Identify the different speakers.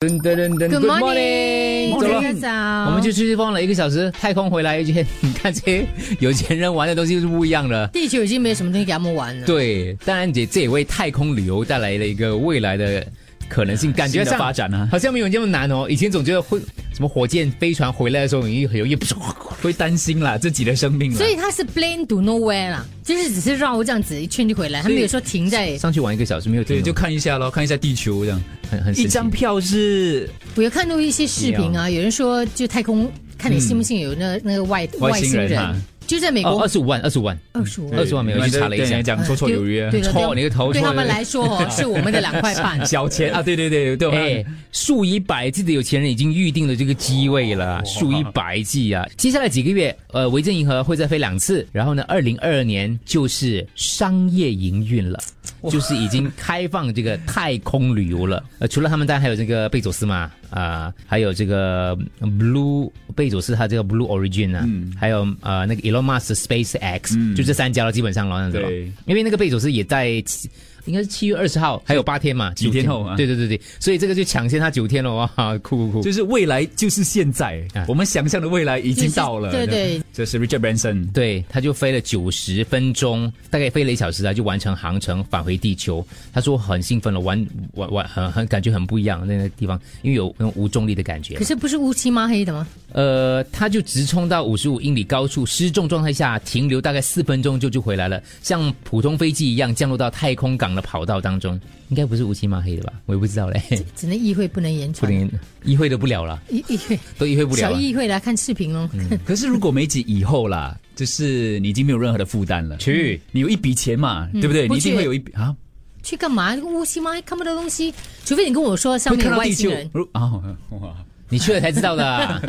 Speaker 1: 噔噔噔噔
Speaker 2: Good
Speaker 1: morning，
Speaker 2: morning，
Speaker 1: 走
Speaker 2: 大
Speaker 1: 了，
Speaker 2: 家早。
Speaker 1: 我们就去放了一个小时，太空回来一圈，你看这些有钱人玩的东西是不一样的。
Speaker 2: 地球已经没有什么东西给他们玩了。
Speaker 1: 对，当然也这也为太空旅游带来了一个未来的可能性，感觉
Speaker 3: 新的
Speaker 1: 上
Speaker 3: 发展啊
Speaker 1: 好像没有这么难哦。以前总觉得会什么火箭、飞船回来的时候，你很容易
Speaker 3: 会担心啦自己的生命啦。
Speaker 2: 所以它是 plane to nowhere 啦，就是只是绕这样子一圈就回来，他们有时候停在。
Speaker 1: 上去玩一个小时，没有停
Speaker 3: 对，
Speaker 1: 留
Speaker 3: 就看一下咯，看一下地球这样。
Speaker 1: 很很神奇
Speaker 3: 一张票是
Speaker 2: 我有看到一些视频啊，有人说就太空，看你信不信有那那个外
Speaker 3: 外
Speaker 2: 星
Speaker 3: 星人啊
Speaker 2: 人，就在美
Speaker 1: 哦，哎
Speaker 2: 国
Speaker 1: 二十五万，二十五万，
Speaker 2: 二十五。哎
Speaker 1: 二十万没有去查了一下
Speaker 3: 对讲绰绰有余啊。
Speaker 2: 对，了，
Speaker 1: 戳你个头
Speaker 2: 对
Speaker 1: 戳
Speaker 2: 他
Speaker 1: 你
Speaker 2: 们
Speaker 1: 的
Speaker 2: 来说哦，是我们的两块半
Speaker 3: 小钱啊，对对对对吧？
Speaker 1: 哎，数以百计的有钱人已经预定了这个机位了，数以百计啊！接下来几个月，呃，维珍银河会再飞两次，然后呢，二零二二年就是商业营运了。就是已经开放这个太空旅游了，呃，除了他们，当然还有这个贝佐斯嘛，啊、还有这个嗯 Blue 贝佐斯，他这个 Blue Origin 啊，还有呃那个 Elon Musk 的 SpaceX，、就这三家了，基本上了，这样子咯
Speaker 3: 对
Speaker 1: 因为那个贝佐斯也在七，应该是七月二十号，还有八天嘛，
Speaker 3: 几天
Speaker 1: 九
Speaker 3: 后啊
Speaker 1: 对对对对，所以这个就抢先他九天了哇，酷酷酷！
Speaker 3: 就是未来就是现在
Speaker 1: 啊，
Speaker 3: 我们想象的未来已经到了。
Speaker 2: 对对，
Speaker 3: 这是 Richard Branson。
Speaker 1: 对，他就飞了九十分钟，大概飞了一小时啊，就完成航程返回地球。他说很兴奋了，玩玩玩很很感觉很不一样那个地方，因为有那种无重力的感觉
Speaker 2: 可。是不是乌漆抹黑的吗？
Speaker 1: 呃，他就直冲到五十五英里高处，失重状态下停留大概四分钟就就回来了，像普通飞机一样降落到太空港的跑道当中。应该不是乌漆嘛黑的吧？我也不知道嘞，
Speaker 2: 只能意会不能 言
Speaker 1: 不
Speaker 2: 传，
Speaker 1: 能意会都不了了，
Speaker 2: 意意会
Speaker 1: 都意会不了啊
Speaker 2: 小
Speaker 1: 了。
Speaker 2: 意会来看视频喽。
Speaker 3: 可是如果梅姐以后啦，就是你已经没有任何的负担了，
Speaker 1: 去，
Speaker 3: 你有一笔钱嘛，对不对？
Speaker 2: 不
Speaker 3: 你一定
Speaker 2: 去
Speaker 3: 会有一笔啊，
Speaker 2: 去干嘛？乌漆嘛黑看不到东西，除非你跟我说上
Speaker 3: 会
Speaker 2: 面
Speaker 3: 看
Speaker 2: 有
Speaker 3: 到
Speaker 2: 外
Speaker 3: 地球
Speaker 2: 星人。
Speaker 3: 如啊哇。
Speaker 1: 你去了才知道的啊。